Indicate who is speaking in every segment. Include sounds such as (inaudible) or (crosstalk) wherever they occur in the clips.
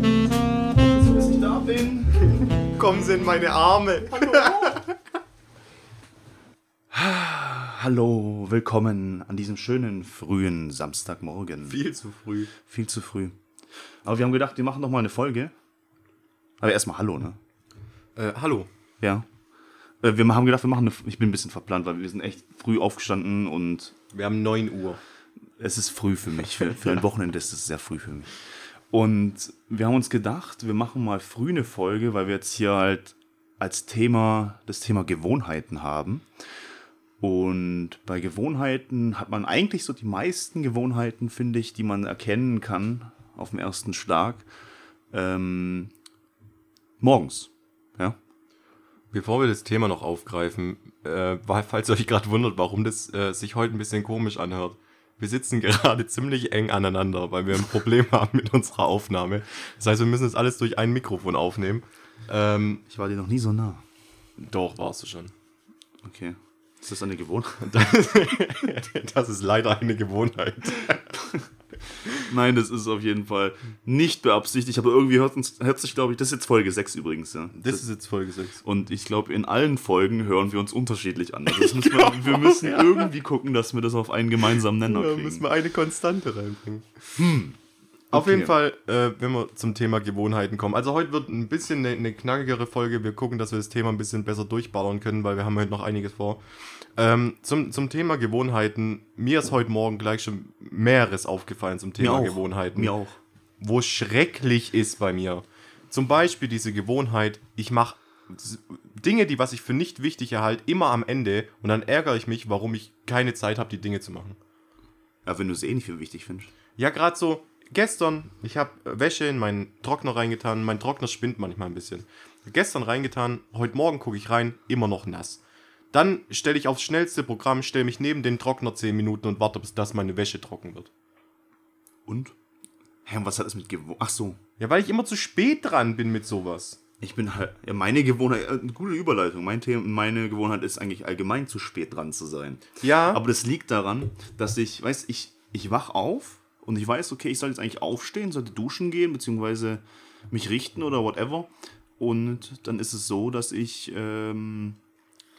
Speaker 1: Du bist nicht da bin.
Speaker 2: (laughs) Kommen Sie in meine Arme. Hallo, willkommen an diesem schönen frühen Samstagmorgen.
Speaker 1: Viel zu früh.
Speaker 2: Viel zu früh. Aber wir haben gedacht, wir machen noch mal eine Folge. Aber erstmal Hallo, ne?
Speaker 1: Äh, hallo.
Speaker 2: Ja. Äh, Wir haben gedacht, wir machen eine. Ich bin ein bisschen verplant, weil wir sind echt früh aufgestanden und
Speaker 1: Wir haben 9 Uhr.
Speaker 2: es ist früh für mich. Für, (laughs) für ein Wochenende ist es sehr früh für mich. Und wir haben uns gedacht, wir machen mal früh eine Folge, weil wir jetzt hier halt als Thema das Thema Gewohnheiten haben. Und bei Gewohnheiten hat man eigentlich so die meisten Gewohnheiten, finde ich, die man erkennen kann auf dem ersten Schlag. Ähm, morgens. Ja.
Speaker 1: Bevor wir das Thema noch aufgreifen, äh, weil- falls ihr euch gerade wundert, warum das äh, sich heute ein bisschen komisch anhört. Wir sitzen (laughs) gerade ziemlich eng aneinander, weil wir ein Problem (laughs) haben mit unserer Aufnahme. Das heißt, wir müssen das alles durch ein Mikrofon aufnehmen. Ähm,
Speaker 2: Ich war dir noch nie so nah.
Speaker 1: doch, warst du schon.
Speaker 2: Okay. Ist das eine Gewohnheit?
Speaker 1: Das ist leider eine Gewohnheit.
Speaker 2: Nein, das ist auf jeden Fall nicht beabsichtigt, aber irgendwie hört, uns, hört sich, glaube ich, das ist jetzt Folge 6 übrigens, ja.
Speaker 1: Das ist jetzt Folge 6.
Speaker 2: Und ich glaube, in allen Folgen hören wir uns
Speaker 1: (laughs)
Speaker 2: unterschiedlich an. Also das müssen
Speaker 1: Genau,
Speaker 2: wir, wir müssen irgendwie gucken, dass wir das auf einen gemeinsamen Nenner
Speaker 1: Da
Speaker 2: kriegen.
Speaker 1: Äh,
Speaker 2: Hm,
Speaker 1: müssen wir eine Konstante reinbringen. Auf
Speaker 2: Okay.
Speaker 1: jeden Fall, äh, wenn wir zum Thema Gewohnheiten kommen. Also heute wird ein bisschen eine, eine knackigere Folge. Wir gucken, dass wir das Thema ein bisschen besser durchballern können, weil wir haben heute noch einiges vor. Ähm, zum, zum Thema Gewohnheiten. Mir ist heute Morgen gleich schon mehreres aufgefallen zum Thema Gewohnheiten
Speaker 2: Mir auch.
Speaker 1: wo schrecklich ist bei mir. Zum Beispiel diese Gewohnheit, ich mache Dinge, die was ich für nicht wichtig erhalte, immer am Ende und dann ärgere ich mich, warum ich keine Zeit habe, die Dinge zu machen.
Speaker 2: Ja, wenn du es eh nicht für wichtig findest.
Speaker 1: Ja, gerade so gestern, ich habe Wäsche in meinen Trockner reingetan, mein Trockner spinnt manchmal ein bisschen. Gestern reingetan, heute Morgen gucke ich rein, immer noch nass. Dann stelle ich aufs schnellste Programm, stelle mich neben den Trockner 10 Minuten und warte, bis das meine Wäsche trocken wird.
Speaker 2: Und? Hä, und was hat das mit Gewohnheit? Ach so.
Speaker 1: Ja, weil ich immer zu spät dran bin mit sowas.
Speaker 2: Ich bin halt. Ja, meine Gewohnheit. äh, Eine gute Überleitung. Mein Thema, meine Gewohnheit ist eigentlich allgemein zu spät dran zu sein.
Speaker 1: Ja.
Speaker 2: Aber das liegt daran, dass ich, weiß ich, ich wach auf und ich weiß, okay, ich soll jetzt eigentlich aufstehen, sollte duschen gehen, beziehungsweise mich richten oder whatever. Und dann ist es so, dass ich ähm,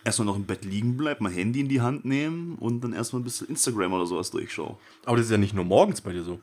Speaker 2: erstmal noch im Bett liegen bleib, mein Handy in die Hand nehme und dann erstmal ein bisschen Instagram oder sowas durchschaue.
Speaker 1: Aber das ist ja nicht nur morgens bei dir so.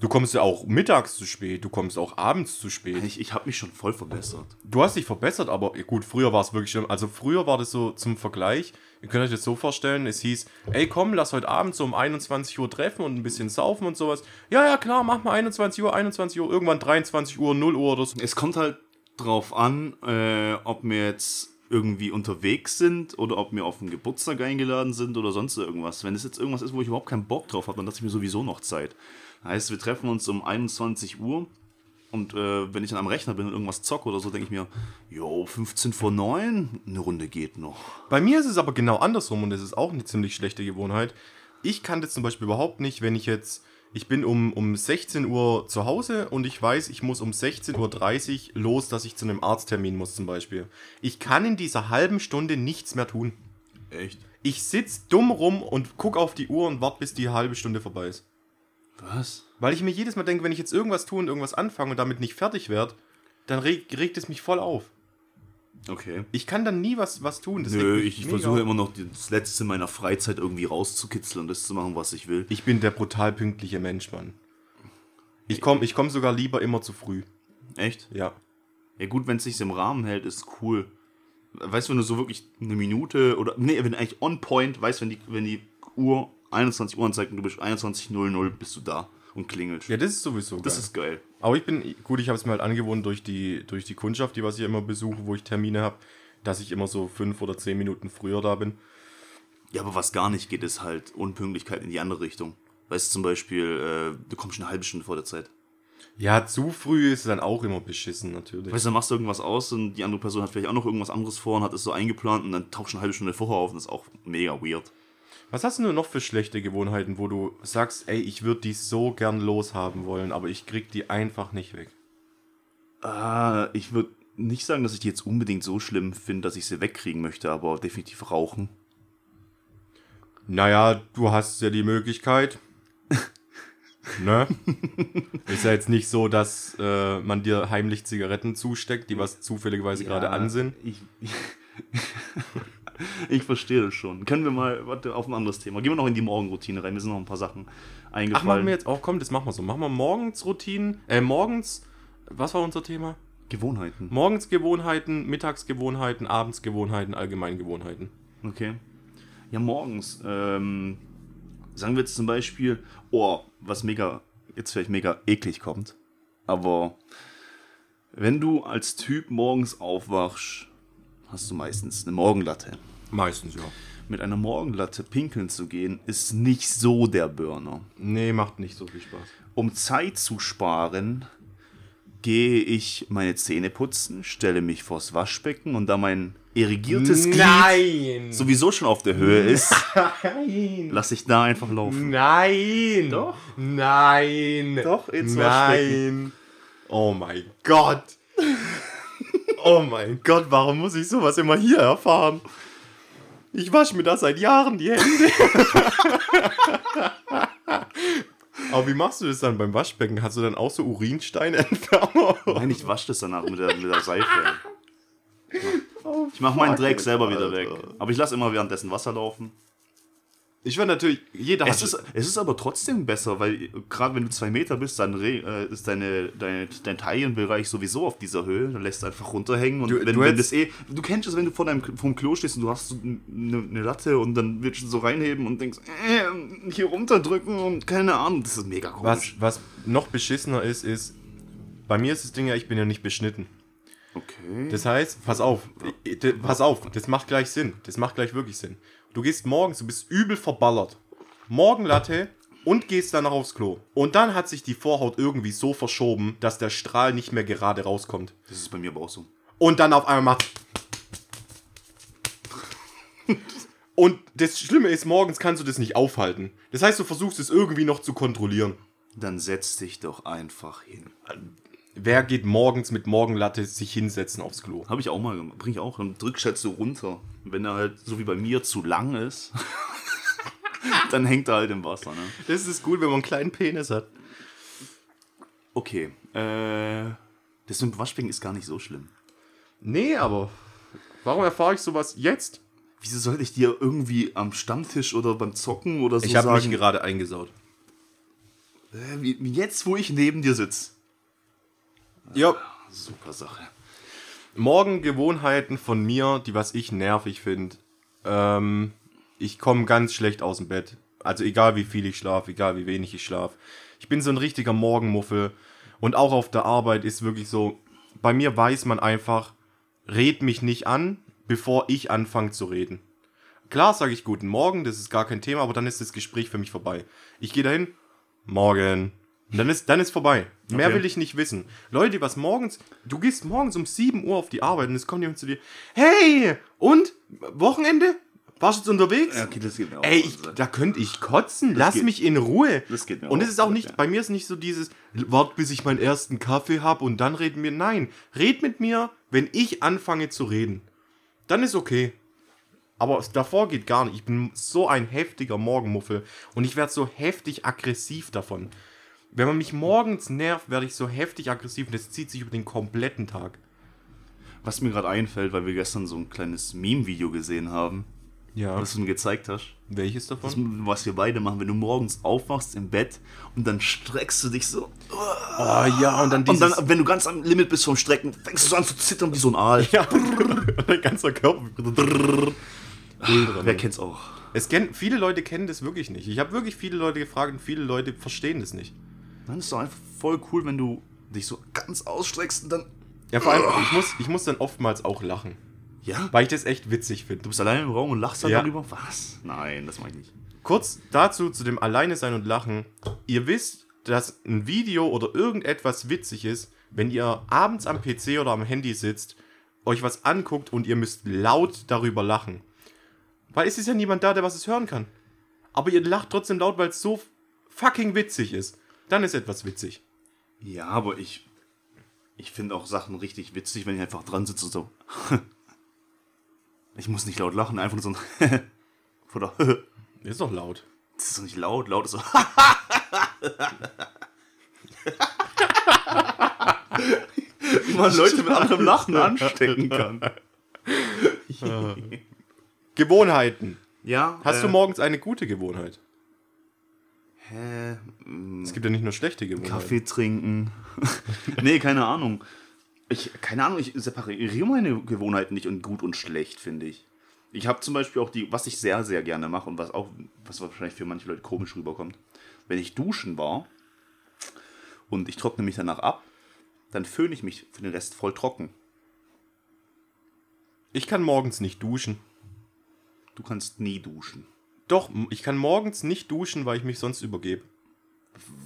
Speaker 1: Du kommst ja auch mittags zu spät, du kommst auch abends zu spät.
Speaker 2: Ich, ich habe mich schon voll verbessert.
Speaker 1: Du hast dich verbessert, aber ja gut, früher war es wirklich schlimm. Also früher war das so zum Vergleich. Ihr könnt euch das so vorstellen, es hieß, ey komm, lass heute Abend so um 21 Uhr treffen und ein bisschen saufen und sowas. Ja, ja, klar, mach mal 21 Uhr, 21 Uhr, irgendwann 23 Uhr, 0 Uhr oder so.
Speaker 2: Es kommt halt drauf an, äh, ob wir jetzt irgendwie unterwegs sind oder ob wir auf einen Geburtstag eingeladen sind oder sonst irgendwas. Wenn es jetzt irgendwas ist, wo ich überhaupt keinen Bock drauf habe, dann lasse ich mir sowieso noch Zeit. Heißt, wir treffen uns um 21 Uhr und äh, wenn ich dann am Rechner bin und irgendwas zocke oder so, denke ich mir, jo, 15 vor 9, eine Runde geht noch.
Speaker 1: Bei mir ist es aber genau andersrum und das ist auch eine ziemlich schlechte Gewohnheit. Ich kann das zum Beispiel überhaupt nicht, wenn ich jetzt, ich bin um, um 16 Uhr zu Hause und ich weiß, ich muss um 16.30 Uhr los, dass ich zu einem Arzttermin muss zum Beispiel. Ich kann in dieser halben Stunde nichts mehr tun.
Speaker 2: Echt?
Speaker 1: Ich sitz dumm rum und guck auf die Uhr und warte, bis die halbe Stunde vorbei ist.
Speaker 2: Was?
Speaker 1: Weil ich mir jedes Mal denke, wenn ich jetzt irgendwas tue und irgendwas anfange und damit nicht fertig werde, dann regt, regt es mich voll auf.
Speaker 2: Okay.
Speaker 1: Ich kann dann nie was, was tun. das
Speaker 2: Nö,
Speaker 1: regt mich
Speaker 2: Äh, ich, ich
Speaker 1: mega
Speaker 2: versuche
Speaker 1: auf.
Speaker 2: immer noch das Letzte meiner Freizeit irgendwie rauszukitzeln und das zu machen, was ich will.
Speaker 1: Ich bin der brutal pünktliche Mensch, Mann. Ich komme ich komm sogar lieber immer zu früh.
Speaker 2: Echt?
Speaker 1: Ja.
Speaker 2: Ja, gut, wenn es sich im Rahmen hält, ist cool. Weißt du, wenn du so wirklich eine Minute oder. Nee, wenn eigentlich on point, weißt wenn die, wenn die Uhr 21 Uhr anzeigt und du bist 21.00, bist du da und klingelt.
Speaker 1: Ja, das ist sowieso geil.
Speaker 2: das ist geil.
Speaker 1: Aber ich bin, gut, ich habe es mir halt angewohnt durch die, durch die Kundschaft, die was ich immer besuche, wo ich Termine habe, dass ich immer so fünf oder zehn Minuten früher da bin.
Speaker 2: Ja, aber was gar nicht geht, ist halt Unpünktlichkeit in die andere Richtung. Weißt du, zum Beispiel, äh, du kommst schon eine halbe Stunde vor der Zeit.
Speaker 1: Ja, zu früh ist dann auch immer beschissen, natürlich.
Speaker 2: Weißt du, dann machst du irgendwas aus und die andere Person hat vielleicht auch noch irgendwas anderes vor und hat es so eingeplant und dann tauchst du eine halbe Stunde vorher auf und das ist auch mega weird.
Speaker 1: Was hast du noch für schlechte Gewohnheiten, wo du sagst, ey, ich würde die so gern loshaben wollen, aber ich krieg die einfach nicht weg?
Speaker 2: Ah, ich würde nicht sagen, dass ich die jetzt unbedingt so schlimm finde, dass ich sie wegkriegen möchte, aber definitiv rauchen.
Speaker 1: Naja, du hast ja die Möglichkeit. (laughs) ne? Ist ja jetzt nicht so, dass äh, man dir heimlich Zigaretten zusteckt, die was zufälligerweise gerade
Speaker 2: Ja,
Speaker 1: an sind.
Speaker 2: Ich, (laughs) ich verstehe das schon. Können wir mal, warte, auf ein anderes Thema. Gehen wir noch in die Morgenroutine rein. Mir sind noch ein paar Sachen
Speaker 1: Ach, machen
Speaker 2: eingefallen.
Speaker 1: wir jetzt auch, komm, das machen wir so. Machen wir morgens Routinen, äh, morgens, was war unser Thema?
Speaker 2: Gewohnheiten.
Speaker 1: Morgens Gewohnheiten, mittags Gewohnheiten, abends Gewohnheiten, allgemein Gewohnheiten.
Speaker 2: Okay. Ja, morgens. Ähm, sagen wir jetzt zum Beispiel, oh, was mega, jetzt vielleicht mega eklig kommt. Aber wenn du als Typ morgens aufwachst, hast du meistens eine Morgenlatte.
Speaker 1: Meistens, ja.
Speaker 2: Mit einer Morgenlatte pinkeln zu gehen, ist nicht so der Burner.
Speaker 1: Nee, macht nicht so viel Spaß.
Speaker 2: Um Zeit zu sparen, gehe ich meine Zähne putzen, stelle mich vors Waschbecken und da mein irrigiertes Glied
Speaker 1: Nein!
Speaker 2: sowieso schon auf der Höhe ist,
Speaker 1: Nein!
Speaker 2: lasse ich da einfach laufen.
Speaker 1: Nein!
Speaker 2: Doch.
Speaker 1: Nein!
Speaker 2: Doch, ins
Speaker 1: Nein! Oh mein Gott! oh mein Gott, warum muss ich sowas immer hier erfahren? Ich wasche mir das seit Jahren die (laughs) Hände. Aber wie machst du das dann beim Waschbecken? Hast du dann auch so Urinsteinentfernung?
Speaker 2: Nein, ich wasche das danach mit der, mit
Speaker 1: (laughs)
Speaker 2: der Seife.
Speaker 1: Oh,
Speaker 2: Ich mache meinen Dreck selber wieder weg. Aber ich lasse immer währenddessen Wasser laufen.
Speaker 1: Ich werde natürlich, jeder
Speaker 2: Es ist, es ist aber trotzdem besser, weil gerade wenn du zwei Meter bist, dann re- äh, ist deine, deine, dein Teilenbereich sowieso auf dieser Höhe. Dann lässt du einfach runterhängen. Und
Speaker 1: Du-
Speaker 2: wenn,
Speaker 1: du
Speaker 2: wenn
Speaker 1: hättest-
Speaker 2: das eh, du kennst es, wenn du vor deinem vom Klo stehst und du hast so eine, eine Latte und dann willst du so reinheben und denkst, äh, hier runterdrücken und keine Ahnung. Das ist mega komisch.
Speaker 1: Was, was noch beschissener ist, ist, bei mir ist das Ding ja, ich bin ja nicht beschnitten.
Speaker 2: Okay.
Speaker 1: Das heißt, pass auf, äh, äh, pass auf, das macht gleich Sinn. Das macht gleich wirklich Sinn. Du gehst morgens, du bist übel verballert. Morgenlatte und gehst dann noch aufs Klo. Und dann hat sich die Vorhaut irgendwie so verschoben, dass der Strahl nicht mehr gerade rauskommt.
Speaker 2: das ist bei mir aber auch so.
Speaker 1: Und dann auf einmal macht. (laughs) Und das Schlimme ist, morgens kannst du das nicht aufhalten. Das heißt, du versuchst es irgendwie noch zu kontrollieren.
Speaker 2: Dann setz dich doch einfach hin.
Speaker 1: Wer geht morgens mit Morgenlatte sich hinsetzen aufs Klo?
Speaker 2: Habe ich auch mal gemacht. Bring ich auch. Dann drückst du halt so runter. Und Wenn er halt, so wie bei mir, zu lang ist, (laughs) dann hängt er halt im Wasser. Ne?
Speaker 1: Das ist gut, wenn man einen kleinen Penis hat.
Speaker 2: Okay. Äh, das mit dem Waschbecken ist gar nicht so schlimm.
Speaker 1: Nee, aber warum erfahre ich sowas jetzt?
Speaker 2: Wieso sollte ich dir irgendwie am Stammtisch oder beim Zocken oder so
Speaker 1: Ich habe mich
Speaker 2: sagen,
Speaker 1: gerade eingesaut.
Speaker 2: äh, wie, wie jetzt, wo ich neben dir sitze?
Speaker 1: Ja.
Speaker 2: Super Sache.
Speaker 1: Morgen Gewohnheiten von mir, die was ich nervig finde. Ähm, ich komme ganz schlecht aus dem Bett. Also egal wie viel ich schlafe, egal wie wenig ich schlafe. Ich bin so ein richtiger Morgenmuffel. Und auch auf der Arbeit ist wirklich so, bei mir weiß man einfach, red mich nicht an, bevor ich anfange zu reden. Klar sage ich guten Morgen, das ist gar kein Thema, aber dann ist das Gespräch für mich vorbei. Ich gehe dahin, morgen. Und dann ist, dann ist vorbei. Mehr
Speaker 2: Okay.
Speaker 1: will ich nicht wissen. Leute, was morgens, du gehst morgens um 7 Uhr auf die Arbeit und es kommt jemand zu dir, hey, und, Wochenende? Warst du jetzt unterwegs?
Speaker 2: Ja, Okay, das geht mir auch.
Speaker 1: Ey, ich, da könnte ich kotzen. Lass
Speaker 2: geht-
Speaker 1: mich in Ruhe.
Speaker 2: das geht mir
Speaker 1: und
Speaker 2: auch
Speaker 1: es ist auch
Speaker 2: so,
Speaker 1: nicht,
Speaker 2: ja.
Speaker 1: bei mir ist nicht so dieses, wart bis ich meinen ersten Kaffee habe und dann reden wir. Nein, red mit mir, wenn ich anfange zu reden. Dann ist okay. Aber es- davor geht gar nicht. Ich bin so ein heftiger Morgenmuffel und ich werde so heftig aggressiv davon. Wenn man mich morgens nervt, werde ich so heftig aggressiv und das zieht sich über den kompletten Tag.
Speaker 2: Was mir gerade einfällt, weil wir gestern so ein kleines Meme-Video gesehen haben,
Speaker 1: Ja.
Speaker 2: was du mir gezeigt hast.
Speaker 1: Welches davon?
Speaker 2: Das, was wir beide machen, wenn du morgens aufwachst im Bett und dann streckst du dich so.
Speaker 1: Ah, ja, und dann
Speaker 2: Und
Speaker 1: dieses...
Speaker 2: dann, wenn du ganz am Limit bist vom Strecken, fängst du so an zu zittern wie so ein Aal.
Speaker 1: (laughs) ja, (laughs) und dein ganzer Körper...
Speaker 2: Wer kennt's auch?
Speaker 1: Es kennen, viele Leute kennen das wirklich nicht. Ich habe wirklich viele Leute gefragt und viele Leute verstehen das nicht.
Speaker 2: Dann ist doch einfach voll cool, wenn du dich so ganz ausstreckst und dann.
Speaker 1: Ja, vor allem, ich muss, ich muss dann oftmals auch lachen,
Speaker 2: Ja?
Speaker 1: weil ich das echt witzig finde.
Speaker 2: Du bist allein im Raum und lachst dann
Speaker 1: Ja.
Speaker 2: darüber? Was? Nein, das mach ich nicht.
Speaker 1: Kurz dazu, zu dem Alleine sein und lachen. Ihr wisst, dass ein Video oder irgendetwas witzig ist, wenn ihr abends am PC oder am Handy sitzt, euch was anguckt und ihr müsst laut darüber lachen. Weil es ist ja niemand da, der was es hören kann. Aber ihr lacht trotzdem laut, weil es so fucking witzig ist. Dann ist etwas witzig.
Speaker 2: Ja, aber ich. Ich finde auch Sachen richtig witzig, wenn ich einfach dran sitze und so. (laughs) ich muss nicht laut lachen, einfach nur so ein. (laughs) Oder. (laughs)
Speaker 1: Ist doch laut.
Speaker 2: das ist doch nicht laut, laut ist so. Wie man Leute mit anderem Lachen anstecken kann.
Speaker 1: Gewohnheiten.
Speaker 2: Ja.
Speaker 1: Hast du morgens eine gute Gewohnheit?
Speaker 2: äh, Hä? Mm.
Speaker 1: Es gibt ja nicht nur schlechte Gewohnheiten.
Speaker 2: Kaffee trinken. nee, keine Ahnung. Ich, keine Ahnung, ich separiere meine Gewohnheiten nicht und gut und schlecht, finde ich. Ich habe zum Beispiel auch die, was ich sehr, sehr gerne mache und was auch, was wahrscheinlich für manche Leute komisch rüberkommt. Wenn ich duschen war und ich trockne mich danach ab, dann föhne ich mich für den Rest voll trocken.
Speaker 1: Ich kann morgens nicht duschen.
Speaker 2: Du kannst nie duschen.
Speaker 1: Doch, m- ich kann morgens nicht duschen, weil ich mich sonst übergebe.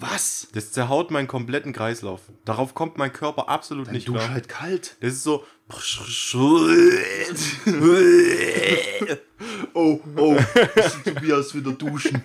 Speaker 2: Was?
Speaker 1: Das zerhaut meinen kompletten Kreislauf. Darauf kommt mein Körper absolut
Speaker 2: Dann
Speaker 1: nicht
Speaker 2: dusche
Speaker 1: klar.
Speaker 2: halt kalt.
Speaker 1: Das ist so. (laughs)
Speaker 2: oh, oh, Tobias wieder duschen.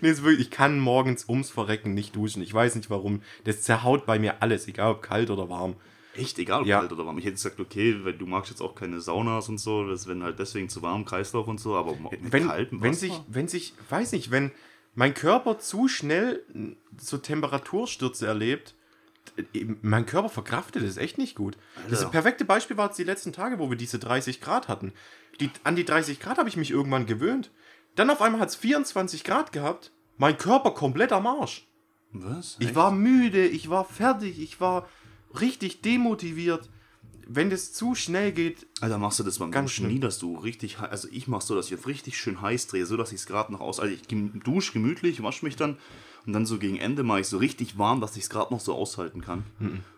Speaker 1: Nee, ist wirklich, ich kann morgens ums Verrecken nicht duschen. Ich weiß nicht warum. Das zerhaut bei mir alles, egal ob kalt oder warm.
Speaker 2: Echt, egal ob
Speaker 1: Ja.
Speaker 2: kalt oder warm. Ich hätte gesagt, okay, weil du magst jetzt auch keine Saunas und so, das wenn halt deswegen zu warm, Kreislauf und so, aber mit
Speaker 1: Wenn,
Speaker 2: kaltem
Speaker 1: wenn
Speaker 2: Wasser?
Speaker 1: sich, wenn sich, weiß nicht, wenn mein Körper zu schnell n, so Temperaturstürze erlebt, d- eben, mein Körper verkraftet das echt nicht gut. Das
Speaker 2: Alter.
Speaker 1: perfekte Beispiel war jetzt die letzten Tage, wo wir diese 30 Grad hatten. Die, an die 30 Grad habe ich mich irgendwann gewöhnt. Dann auf einmal hat es 24 Grad gehabt. Mein Körper komplett am Arsch.
Speaker 2: Was?
Speaker 1: Ich
Speaker 2: Echt?
Speaker 1: war müde, ich war fertig, ich war richtig demotiviert. Wenn das zu schnell geht,
Speaker 2: Alter, machst du das beim
Speaker 1: Ganz
Speaker 2: Duschen nie, dass du richtig, hei- also ich mach so, dass ich auf richtig schön heiß drehe, so dass ich es gerade noch aus, also ich gem- dusch gemütlich, wasche mich dann und dann so gegen Ende mache ich so richtig warm, dass ich es gerade noch so aushalten kann.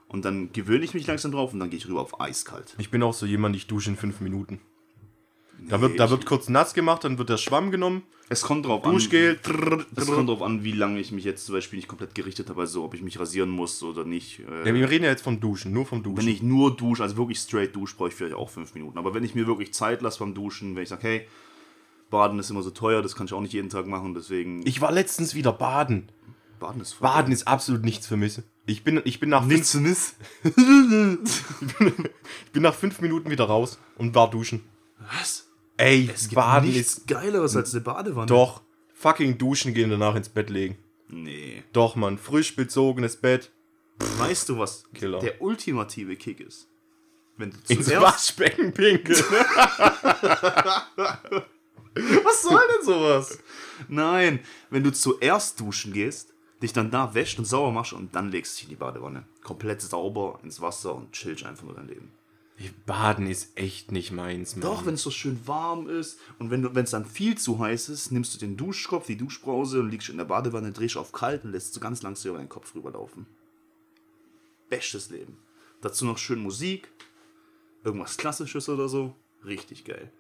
Speaker 2: Und dann gewöhne ich mich langsam drauf und dann gehe ich rüber auf eiskalt.
Speaker 1: ich bin auch so jemand, ich dusche in fünf Minuten. Da
Speaker 2: Nee,
Speaker 1: wird, da
Speaker 2: ich-
Speaker 1: wird kurz nass gemacht, dann wird der Schwamm genommen,
Speaker 2: Es kommt drauf an.
Speaker 1: Duschgel,
Speaker 2: Es kommt drauf an, wie lange ich mich jetzt zum Beispiel nicht komplett gerichtet habe, also ob ich mich rasieren muss oder nicht. Äh,
Speaker 1: Ja, wir reden ja jetzt vom Duschen, nur vom
Speaker 2: Wenn
Speaker 1: Duschen.
Speaker 2: ich nur dusche, also wirklich straight dusche, brauche ich vielleicht auch fünf Minuten. Aber wenn ich mir wirklich Zeit lasse beim Duschen, wenn ich sage, hey, Baden ist immer so teuer, das kann ich auch nicht jeden Tag machen, deswegen.
Speaker 1: Ich war letztens wieder baden.
Speaker 2: Baden ist voll.
Speaker 1: Baden ist absolut nichts für mich. Ich bin, ich bin, nach, fünf,
Speaker 2: Nichts miss.
Speaker 1: (laughs) ich bin nach fünf Minuten wieder raus und war duschen.
Speaker 2: Was?
Speaker 1: Ey, Baden
Speaker 2: nichts
Speaker 1: ist
Speaker 2: geileres als eine Badewanne.
Speaker 1: doch. Fucking duschen gehen, danach ins Bett legen.
Speaker 2: Nee.
Speaker 1: Doch, Mann, frisch bezogenes (laughs) Bett,
Speaker 2: Weißt du, was
Speaker 1: Killer.
Speaker 2: der ultimative Kick ist? Wenn du
Speaker 1: ins
Speaker 2: zuerst.
Speaker 1: Waschbecken pinkeln.
Speaker 2: (laughs) Was soll denn sowas? Nein, wenn du zuerst duschen gehst, dich dann da wäscht und sauber machst und dann legst du dich in die Badewanne. Komplett sauber ins Wasser und chillst einfach nur dein Leben.
Speaker 1: (laughs) Baden ist echt nicht meins, Mann.
Speaker 2: Doch, wenn es so schön warm ist und wenn es dann viel zu heiß ist, nimmst du den Duschkopf, die Duschbrause und liegst in der Badewanne, drehst auf kalt und lässt so ganz langsam über deinen Kopf rüberlaufen. Bestes Leben. Dazu noch schön Musik, irgendwas Klassisches oder so. Richtig geil.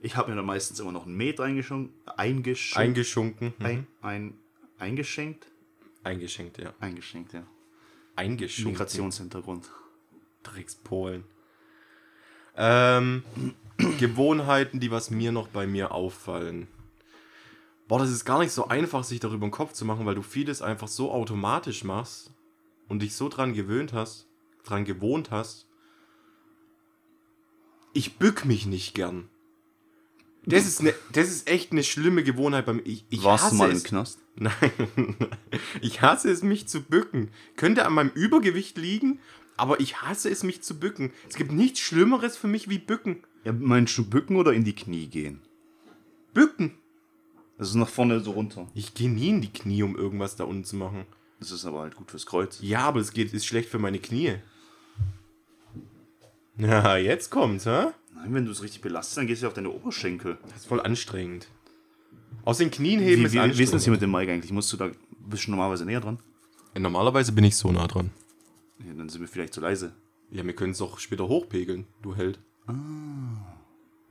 Speaker 2: Ich habe mir dann meistens immer noch einen Met eingeschenkt. Eingeschenkt.
Speaker 1: Eingeschunken. hm,
Speaker 2: Ein, ein, eingeschenkt?
Speaker 1: Eingeschenkt, ja.
Speaker 2: Eingeschenkt, ja.
Speaker 1: Eingeschunken.
Speaker 2: Migrationshintergrund.
Speaker 1: Dreckspolen. Ähm, Gewohnheiten, die was mir noch bei mir auffallen. Boah, das ist gar nicht so einfach, sich darüber den Kopf zu machen, weil du vieles einfach so automatisch machst und dich so dran gewöhnt hast, dran gewohnt hast. Ich bück mich nicht gern. Das ist, ne, das ist echt eine schlimme Gewohnheit bei mir. Ich, ich hasse es.
Speaker 2: Knast?
Speaker 1: Nein. Ich hasse es, mich zu bücken. Könnte an meinem Übergewicht liegen, aber ich hasse es, mich zu bücken. Es gibt nichts Schlimmeres für mich wie bücken.
Speaker 2: Ja, meinst du bücken oder in die Knie gehen?
Speaker 1: Bücken.
Speaker 2: Das ist nach vorne so runter.
Speaker 1: Ich gehe nie in die Knie, um irgendwas da unten zu machen.
Speaker 2: Das ist aber halt gut fürs Kreuz.
Speaker 1: Ja, aber es geht, ist schlecht für meine Knie. Na, jetzt kommt's, hä?
Speaker 2: Nein, wenn du es richtig belastest, dann gehst du auf deine Oberschenkel.
Speaker 1: Das ist voll anstrengend. Aus den Knien
Speaker 2: Wie,
Speaker 1: heben
Speaker 2: wie,
Speaker 1: ist
Speaker 2: wie ist
Speaker 1: anstrengend.
Speaker 2: das hier mit dem Mike eigentlich? Musst du da, bist du normalerweise näher dran?
Speaker 1: Normalerweise bin ich so nah dran.
Speaker 2: Ja, dann sind wir vielleicht zu leise.
Speaker 1: Ja, wir können es doch später hochpegeln, du Held.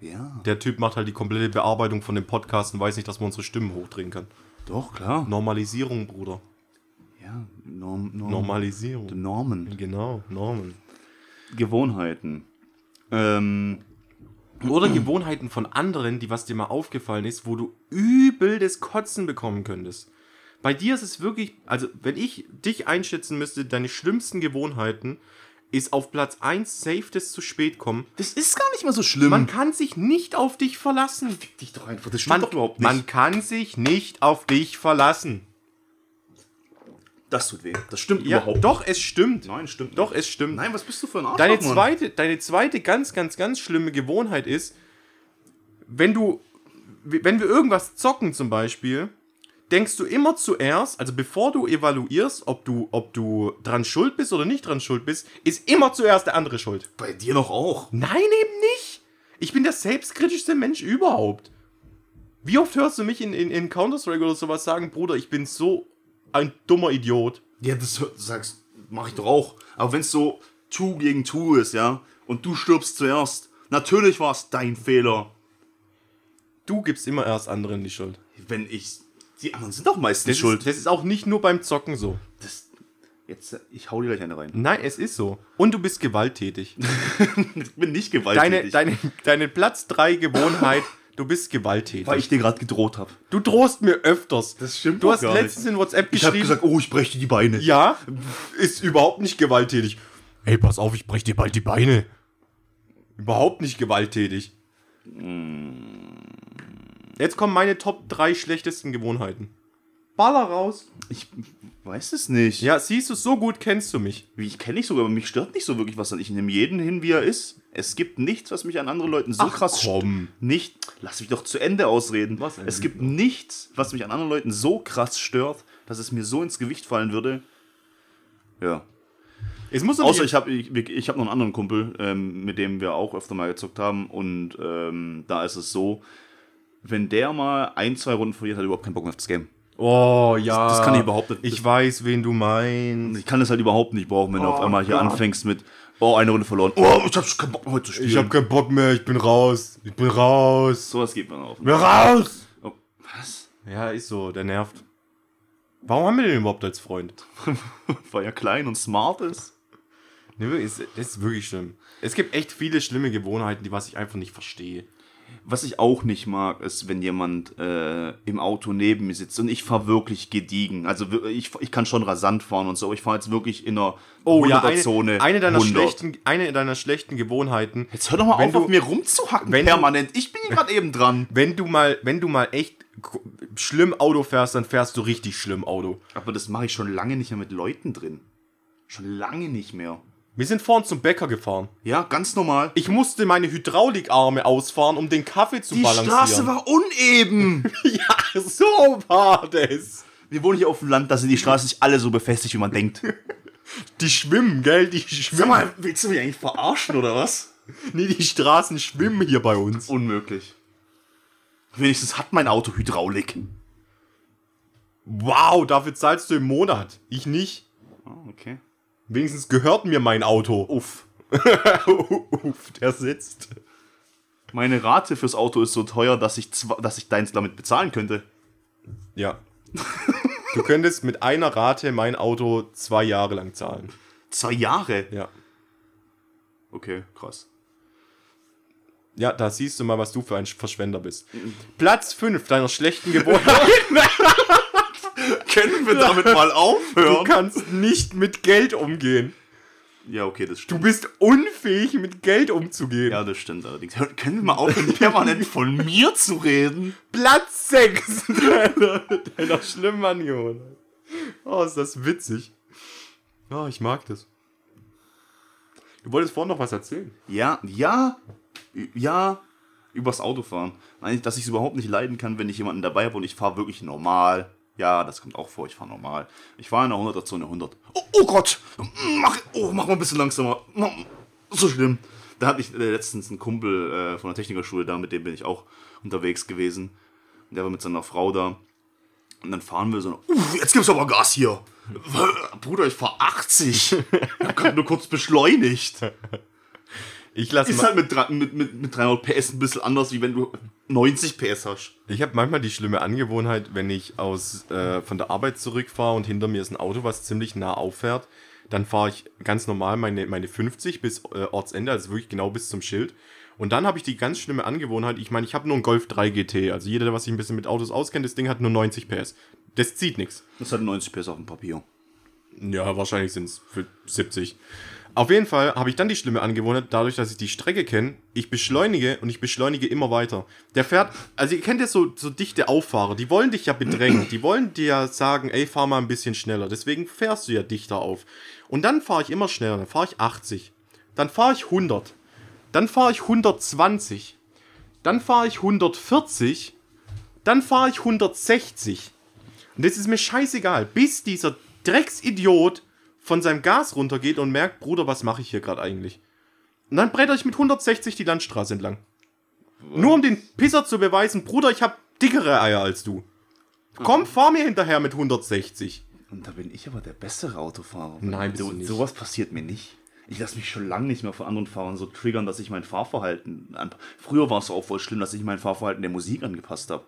Speaker 2: Ja.
Speaker 1: Der Typ macht halt die komplette Bearbeitung von dem Podcast und weiß nicht, dass man unsere Stimmen hochdrehen kann.
Speaker 2: Doch, klar.
Speaker 1: Normalisierung, Bruder.
Speaker 2: Mhm. Ja, Norm, Norm,
Speaker 1: Normalisierung.
Speaker 2: Normen.
Speaker 1: Genau, Normen.
Speaker 2: Mhm. Gewohnheiten. Ähm,
Speaker 1: Oder Gewohnheiten von anderen, die was dir mal aufgefallen ist, wo du übel das Kotzen bekommen könntest. Bei dir ist es wirklich, also wenn ich dich einschätzen müsste, deine schlimmsten Gewohnheiten ist auf Platz 1 safe das zu spät kommen.
Speaker 2: Das ist gar nicht mal so schlimm.
Speaker 1: Man kann sich nicht auf dich verlassen.
Speaker 2: dich doch einfach, das
Speaker 1: Man,
Speaker 2: stimmt doch überhaupt nicht.
Speaker 1: man kann sich nicht auf dich verlassen.
Speaker 2: das tut weh. Das stimmt
Speaker 1: Ja,
Speaker 2: überhaupt
Speaker 1: doch, es stimmt.
Speaker 2: nicht. Nein, stimmt
Speaker 1: Doch,
Speaker 2: nicht.
Speaker 1: es stimmt.
Speaker 2: Nein, was bist du für ein Arschloch,
Speaker 1: Deine
Speaker 2: Mann?
Speaker 1: zweite, deine zweite ganz, ganz, ganz schlimme Gewohnheit ist, wenn du, wenn wir irgendwas zocken zum Beispiel, denkst du immer zuerst, also bevor du evaluierst, ob du, ob du dran schuld bist oder nicht dran schuld bist, ist immer zuerst der andere schuld.
Speaker 2: Bei dir noch auch.
Speaker 1: Nein, eben nicht. Ich bin der selbstkritischste Mensch überhaupt. Wie oft hörst du mich in, in, in Counter-Strike oder sowas sagen, Bruder, ich bin so ein dummer Idiot.
Speaker 2: Ja, das hör- sagst, mach ich doch auch. Aber wenn es so Two gegen Two ist, ja, und du stirbst zuerst, natürlich war es dein Fehler.
Speaker 1: Du gibst immer erst anderen die Schuld.
Speaker 2: Wenn ich. Die anderen sind doch meistens
Speaker 1: Das
Speaker 2: schuld.
Speaker 1: Ist, das ist auch nicht nur beim Zocken so.
Speaker 2: Das, jetzt, äh, ich hau dir gleich eine rein.
Speaker 1: Nein, es ist so. Und du bist gewalttätig.
Speaker 2: Ich bin nicht
Speaker 1: Deine,
Speaker 2: gewalttätig,
Speaker 1: deine, deine Platz 3 Gewohnheit, du bist gewalttätig.
Speaker 2: weil ich dir gerade gedroht habe.
Speaker 1: du drohst mir öfters.
Speaker 2: Das stimmt
Speaker 1: Du
Speaker 2: doch
Speaker 1: hast
Speaker 2: gar nicht.
Speaker 1: letztens in WhatsApp
Speaker 2: Ich habe
Speaker 1: geschrieben,
Speaker 2: gesagt, oh, ich breche dir die Beine.
Speaker 1: ja, ist überhaupt nicht gewalttätig. Ey, pass auf, ich brech dir bald die Beine. Überhaupt nicht gewalttätig.
Speaker 2: Mm.
Speaker 1: Jetzt kommen meine Top 3 schlechtesten Gewohnheiten. Baller raus.
Speaker 2: Ich weiß es nicht.
Speaker 1: Ja, siehst du, so gut kennst du mich.
Speaker 2: Wie, Ich kenne dich sogar, aber mich stört nicht so wirklich was an. Ich nehme jeden hin, wie er ist. Es gibt nichts, was mich an anderen Leuten so
Speaker 1: Ach,
Speaker 2: krass stört.
Speaker 1: komm.
Speaker 2: Nicht, lass mich doch zu Ende ausreden.
Speaker 1: Was denn?
Speaker 2: es gibt nichts, was mich an anderen Leuten so krass stört, dass es mir so ins Gewicht fallen würde. Ja.
Speaker 1: Es muss doch
Speaker 2: Außer
Speaker 1: nicht-
Speaker 2: ich habe ich, ich hab noch einen anderen Kumpel, ähm, mit dem wir auch öfter mal gezockt haben. Und ähm, da ist es so, wenn der mal ein, zwei Runden verliert, hat er überhaupt keinen Bock mehr auf das Game.
Speaker 1: Oh ja.
Speaker 2: Das kann ich überhaupt nicht.
Speaker 1: Ich weiß, wen du meinst.
Speaker 2: Ich kann das halt überhaupt nicht brauchen, wenn du auf einmal hier
Speaker 1: Oh Gott.
Speaker 2: anfängst mit, oh, eine Runde verloren. Oh, ich hab keinen Bock mehr heute zu spielen.
Speaker 1: Ich hab keinen Bock mehr, ich bin raus. Ich bin raus.
Speaker 2: Sowas geht man auf.
Speaker 1: Ich bin raus!
Speaker 2: Oh, was? (laughs)
Speaker 1: Ja, ist so, der nervt. Warum haben wir den überhaupt als Freund?
Speaker 2: Weil er klein und smart ist.
Speaker 1: Nee, wirklich, Ne, ist- Das ist wirklich schlimm. Es gibt echt viele schlimme Gewohnheiten, die was ich einfach nicht verstehe.
Speaker 2: Was ich auch nicht mag, ist, wenn jemand äh, im Auto neben mir sitzt und ich fahre wirklich gediegen. Also wir- ich, ich kann schon rasant fahren und so, aber ich fahre jetzt wirklich in einer
Speaker 1: Oh eine, eine, deiner
Speaker 2: 100.
Speaker 1: schlechten, eine deiner schlechten Gewohnheiten.
Speaker 2: Jetzt hör doch mal
Speaker 1: Wenn
Speaker 2: auf,
Speaker 1: du-
Speaker 2: auf mir rumzuhacken
Speaker 1: wenn du-
Speaker 2: permanent. ich bin
Speaker 1: (laughs)
Speaker 2: hier gerade eben dran.
Speaker 1: Wenn du mal, wenn du mal echt k- schlimm Auto fährst, dann fährst du richtig schlimm Auto.
Speaker 2: Aber das mache ich schon lange nicht mehr mit Leuten drin. Schon lange nicht mehr.
Speaker 1: Wir sind vorhin zum Bäcker gefahren.
Speaker 2: Ja, ganz normal.
Speaker 1: Ich musste meine Hydraulikarme ausfahren, um den Kaffee zu balancieren.
Speaker 2: war uneben.
Speaker 1: (laughs) Ja, so war das.
Speaker 2: Wir wohnen hier auf dem Land, da sind die Straßen nicht alle so befestigt, wie man denkt.
Speaker 1: Die schwimmen, gell? Die schwimmen.
Speaker 2: willst du mich eigentlich verarschen oder was?
Speaker 1: nee, die Straßen schwimmen hier bei uns.
Speaker 2: Unmöglich. Wenigstens hat mein Auto Hydraulik.
Speaker 1: Wow, dafür zahlst du im Monat. Ich nicht.
Speaker 2: Oh, okay.
Speaker 1: Wenigstens gehört mir mein Auto. Uff. (laughs) Uff, der sitzt.
Speaker 2: Meine Rate fürs Auto ist so teuer, dass ich, zwa- dass ich deins damit bezahlen könnte.
Speaker 1: Ja. du könntest mit einer Rate mein Auto zwei Jahre lang zahlen.
Speaker 2: Zwei Jahre?
Speaker 1: Ja.
Speaker 2: Okay, krass.
Speaker 1: Ja, da siehst du mal, was du für ein Verschwender bist. Platz 5 deiner schlechten Gewohnheiten.
Speaker 2: Können wir damit mal
Speaker 1: du
Speaker 2: aufhören?
Speaker 1: kannst nicht mit Geld umgehen.
Speaker 2: Ja, okay, das
Speaker 1: Du
Speaker 2: stimmt.
Speaker 1: bist unfähig, mit Geld umzugehen.
Speaker 2: Ja, das stimmt allerdings. Hör- Können wir mal aufhören, permanent von mir zu reden?
Speaker 1: Platz (laughs) 6 deiner, deiner schlimmen Angewohnheit. Oh, ist das witzig. Oh, ich mag das. Du wolltest vorhin noch was erzählen.
Speaker 2: Ja, ja, ja, übers Auto fahren. Eigentlich, dass ich es überhaupt nicht leiden kann, wenn ich jemanden dabei habe und ich fahre wirklich normal. Ja, das kommt auch vor, ich fahre normal. Ich fahre in der 100er Zone 100. Oh, oh Gott, mach, oh, mach mal ein bisschen langsamer. Mach- So schlimm. Da hatte ich äh, letztens einen Kumpel äh, von der Technikerschule da, mit dem bin ich auch unterwegs gewesen. Und der war mit seiner Frau da. Und dann fahren wir so, uff, jetzt gibt's aber Gas hier. Bruder, ich fahr 80. Ich hab grad nur kurz beschleunigt.
Speaker 1: Ich lasse
Speaker 2: Ist halt mit, drei- mit, mit, mit 300 PS ein bisschen anders, wie wenn du 90 PS hast.
Speaker 1: Ich habe manchmal die schlimme Angewohnheit, wenn ich aus, äh, von der Arbeit zurückfahre und hinter mir ist ein Auto, was ziemlich nah auffährt, dann fahre ich ganz normal meine, meine 50 bis äh, Ortsende, also wirklich genau bis zum Schild. Und dann habe ich die ganz schlimme Angewohnheit, ich meine, ich habe nur einen Golf 3 GT, also jeder, der was sich ein bisschen mit Autos auskennt, das Ding hat nur 90 PS. Das zieht nichts.
Speaker 2: Das hat 90 PS auf dem Papier.
Speaker 1: Ja, wahrscheinlich sind es 70. Auf jeden Fall habe ich dann die schlimme Angewohnheit, dadurch, dass ich die Strecke kenne, ich beschleunige und ich beschleunige immer weiter. Der fährt, also ihr kennt ja so, so dichte Auffahrer, die wollen dich ja bedrängen, die wollen dir ja sagen, ey, fahr mal ein bisschen schneller, deswegen fährst du ja dichter auf. Und dann fahre ich immer schneller, dann fahre ich 80, dann fahre ich 100, dann fahre ich 120, dann fahre ich 140, dann fahre ich 160. Und das ist mir scheißegal, bis dieser Drecksidiot von seinem Gas runtergeht und merkt, Bruder, was mache ich hier gerade eigentlich? Und dann bretter ich mit 160 die Landstraße entlang. Nur um den Pisser zu beweisen, Bruder, ich habe dickere Eier als du. Komm, fahr mir hinterher mit 160.
Speaker 2: Und da bin ich aber der bessere Autofahrer.
Speaker 1: Nein, bist
Speaker 2: so,
Speaker 1: du nicht.
Speaker 2: sowas passiert mir nicht. Ich lasse mich schon lange nicht mehr von anderen Fahrern so triggern, dass ich mein Fahrverhalten anpa- Früher war es auch voll schlimm, dass ich mein Fahrverhalten der Musik angepasst habe.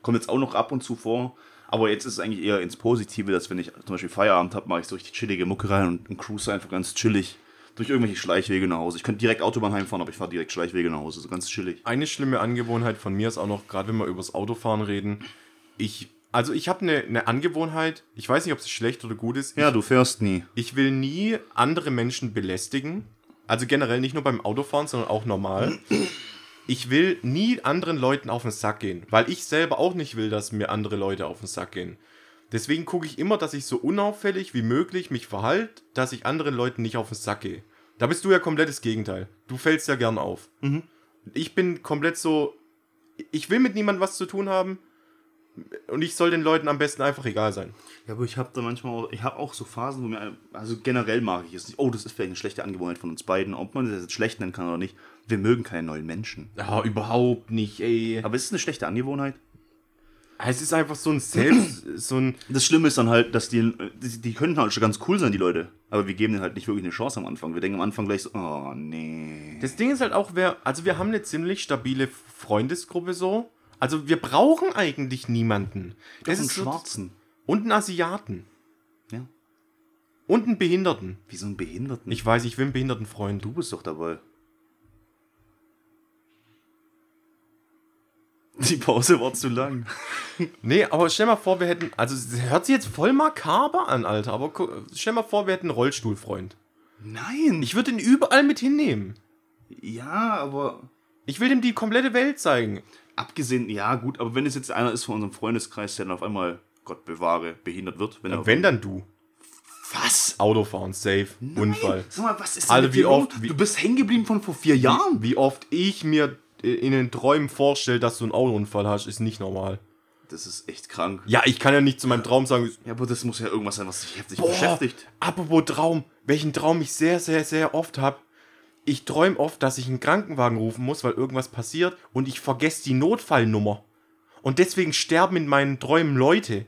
Speaker 2: Kommt jetzt auch noch ab und zu vor. Aber jetzt ist es eigentlich eher ins Positive, dass wenn ich zum Beispiel Feierabend habe, mache ich so richtig chillige Mucke rein und, und cruise einfach ganz chillig durch irgendwelche Schleichwege nach Hause. Ich könnte direkt Autobahn heimfahren, aber ich fahre direkt Schleichwege nach Hause, so ganz chillig.
Speaker 1: Eine schlimme Angewohnheit von mir ist auch noch, gerade wenn wir übers Autofahren reden, ich, also ich habe eine eine Angewohnheit, ich weiß nicht, ob sie schlecht oder gut ist,
Speaker 2: Ja, du fährst nie.
Speaker 1: ich will nie andere Menschen belästigen. Also generell nicht nur beim Autofahren, sondern auch normal. Ich will nie anderen Leuten auf den Sack gehen, weil ich selber auch nicht will, dass mir andere Leute auf den Sack gehen. Deswegen gucke ich immer, dass ich so unauffällig wie möglich mich verhalte, dass ich anderen Leuten nicht auf den Sack gehe. Da bist du ja komplettes Gegenteil. Du fällst ja gern auf. Ich bin komplett so, ich will mit niemandem was zu tun haben und ich soll den Leuten am besten einfach egal sein.
Speaker 2: Ja, aber ich habe da manchmal auch, ich habe auch so Phasen, wo mir, also generell mag ich es nicht. Oh, das ist vielleicht eine schlechte Angewohnheit von uns beiden, ob man das jetzt schlecht nennen kann oder nicht. Wir mögen keine neuen Menschen.
Speaker 1: Ja, überhaupt nicht, ey.
Speaker 2: Aber ist es eine schlechte Angewohnheit?
Speaker 1: Es ist einfach so ein Selbst, (clears throat) so ein,
Speaker 2: Das Schlimme ist dann halt, dass die, die, die könnten halt schon ganz cool sein, die Leute. Aber wir geben denen halt nicht wirklich eine Chance am Anfang. Wir denken am Anfang gleich so, oh nee.
Speaker 1: das Ding ist halt auch, wer, also wir haben eine ziemlich stabile Freundesgruppe so. Also wir brauchen eigentlich niemanden. Das
Speaker 2: Doch
Speaker 1: ist
Speaker 2: einen
Speaker 1: so,
Speaker 2: Schwarzen.
Speaker 1: und einen Asiaten.
Speaker 2: Ja.
Speaker 1: Und einen Behinderten.
Speaker 2: Wie so ein Behinderten.
Speaker 1: Ich weiß, ich will einen behinderten Freund.
Speaker 2: du bist doch dabei. Die Pause war zu lang.
Speaker 1: Nee, aber stell mal vor, wir hätten, also es hört sich jetzt voll makaber an, Alter, aber gu- stell mal vor, wir hätten einen Rollstuhlfreund.
Speaker 2: Nein.
Speaker 1: Ich würde ihn überall mit hinnehmen.
Speaker 2: ja, aber
Speaker 1: Ich will ihm die komplette Welt zeigen.
Speaker 2: Abgesehen, ja gut, aber wenn es jetzt einer ist von unserem Freundeskreis, der dann auf einmal, Gott bewahre, behindert wird, wenn er...
Speaker 1: Wenn dann du.
Speaker 2: was?
Speaker 1: Autofahren, safe, Unfall.
Speaker 2: Sag mal, was ist
Speaker 1: Alter,
Speaker 2: mit
Speaker 1: wie
Speaker 2: dir los?
Speaker 1: oft- wie-
Speaker 2: du bist hängen geblieben von vor vier Jahren.
Speaker 1: Wie oft ich mir äh, in den Träumen vorstelle, dass du einen Autounfall hast, ist nicht normal.
Speaker 2: Das ist echt krank.
Speaker 1: Ja, ich kann ja nicht zu meinem Traum sagen,
Speaker 2: Ja, aber das muss ja irgendwas sein, was dich heftig
Speaker 1: boah,
Speaker 2: beschäftigt.
Speaker 1: apropos Traum, welchen Traum ich sehr, sehr, sehr oft habe. Ich träume oft, dass ich einen Krankenwagen rufen muss, weil irgendwas passiert und ich vergesse die Notfallnummer. Und deswegen sterben in meinen Träumen Leute.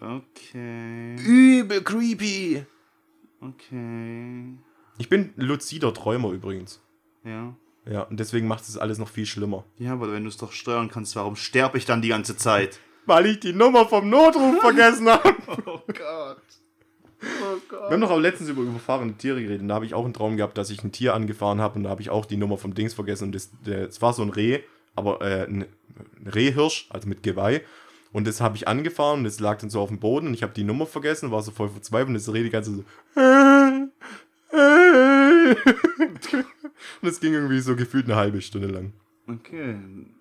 Speaker 2: Okay,
Speaker 1: Übel creepy.
Speaker 2: okay,
Speaker 1: Ich bin luzider Träumer übrigens.
Speaker 2: ja.
Speaker 1: Ja, und deswegen macht es alles noch viel schlimmer.
Speaker 2: Ja, aber wenn du es doch steuern kannst, warum sterbe ich dann die ganze Zeit?
Speaker 1: Weil ich die Nummer vom Notruf vergessen habe.
Speaker 2: (laughs) Oh Gott. Oh Gott.
Speaker 1: Wir haben doch auch letztens über überfahrene Tiere geredet. Und da habe ich auch einen Traum gehabt, dass ich ein Tier angefahren habe und da habe ich auch die Nummer vom Dings vergessen. Und das, der- es war so ein Reh, aber äh, ein ein Rehhirsch, also mit Geweih. Und das habe ich angefahren und es lag dann so auf dem Boden und ich habe die Nummer vergessen und war so voll verzweifelt und das Reh die ganze Zeit so. (laughs) und es ging irgendwie so gefühlt eine halbe Stunde lang.
Speaker 2: Okay,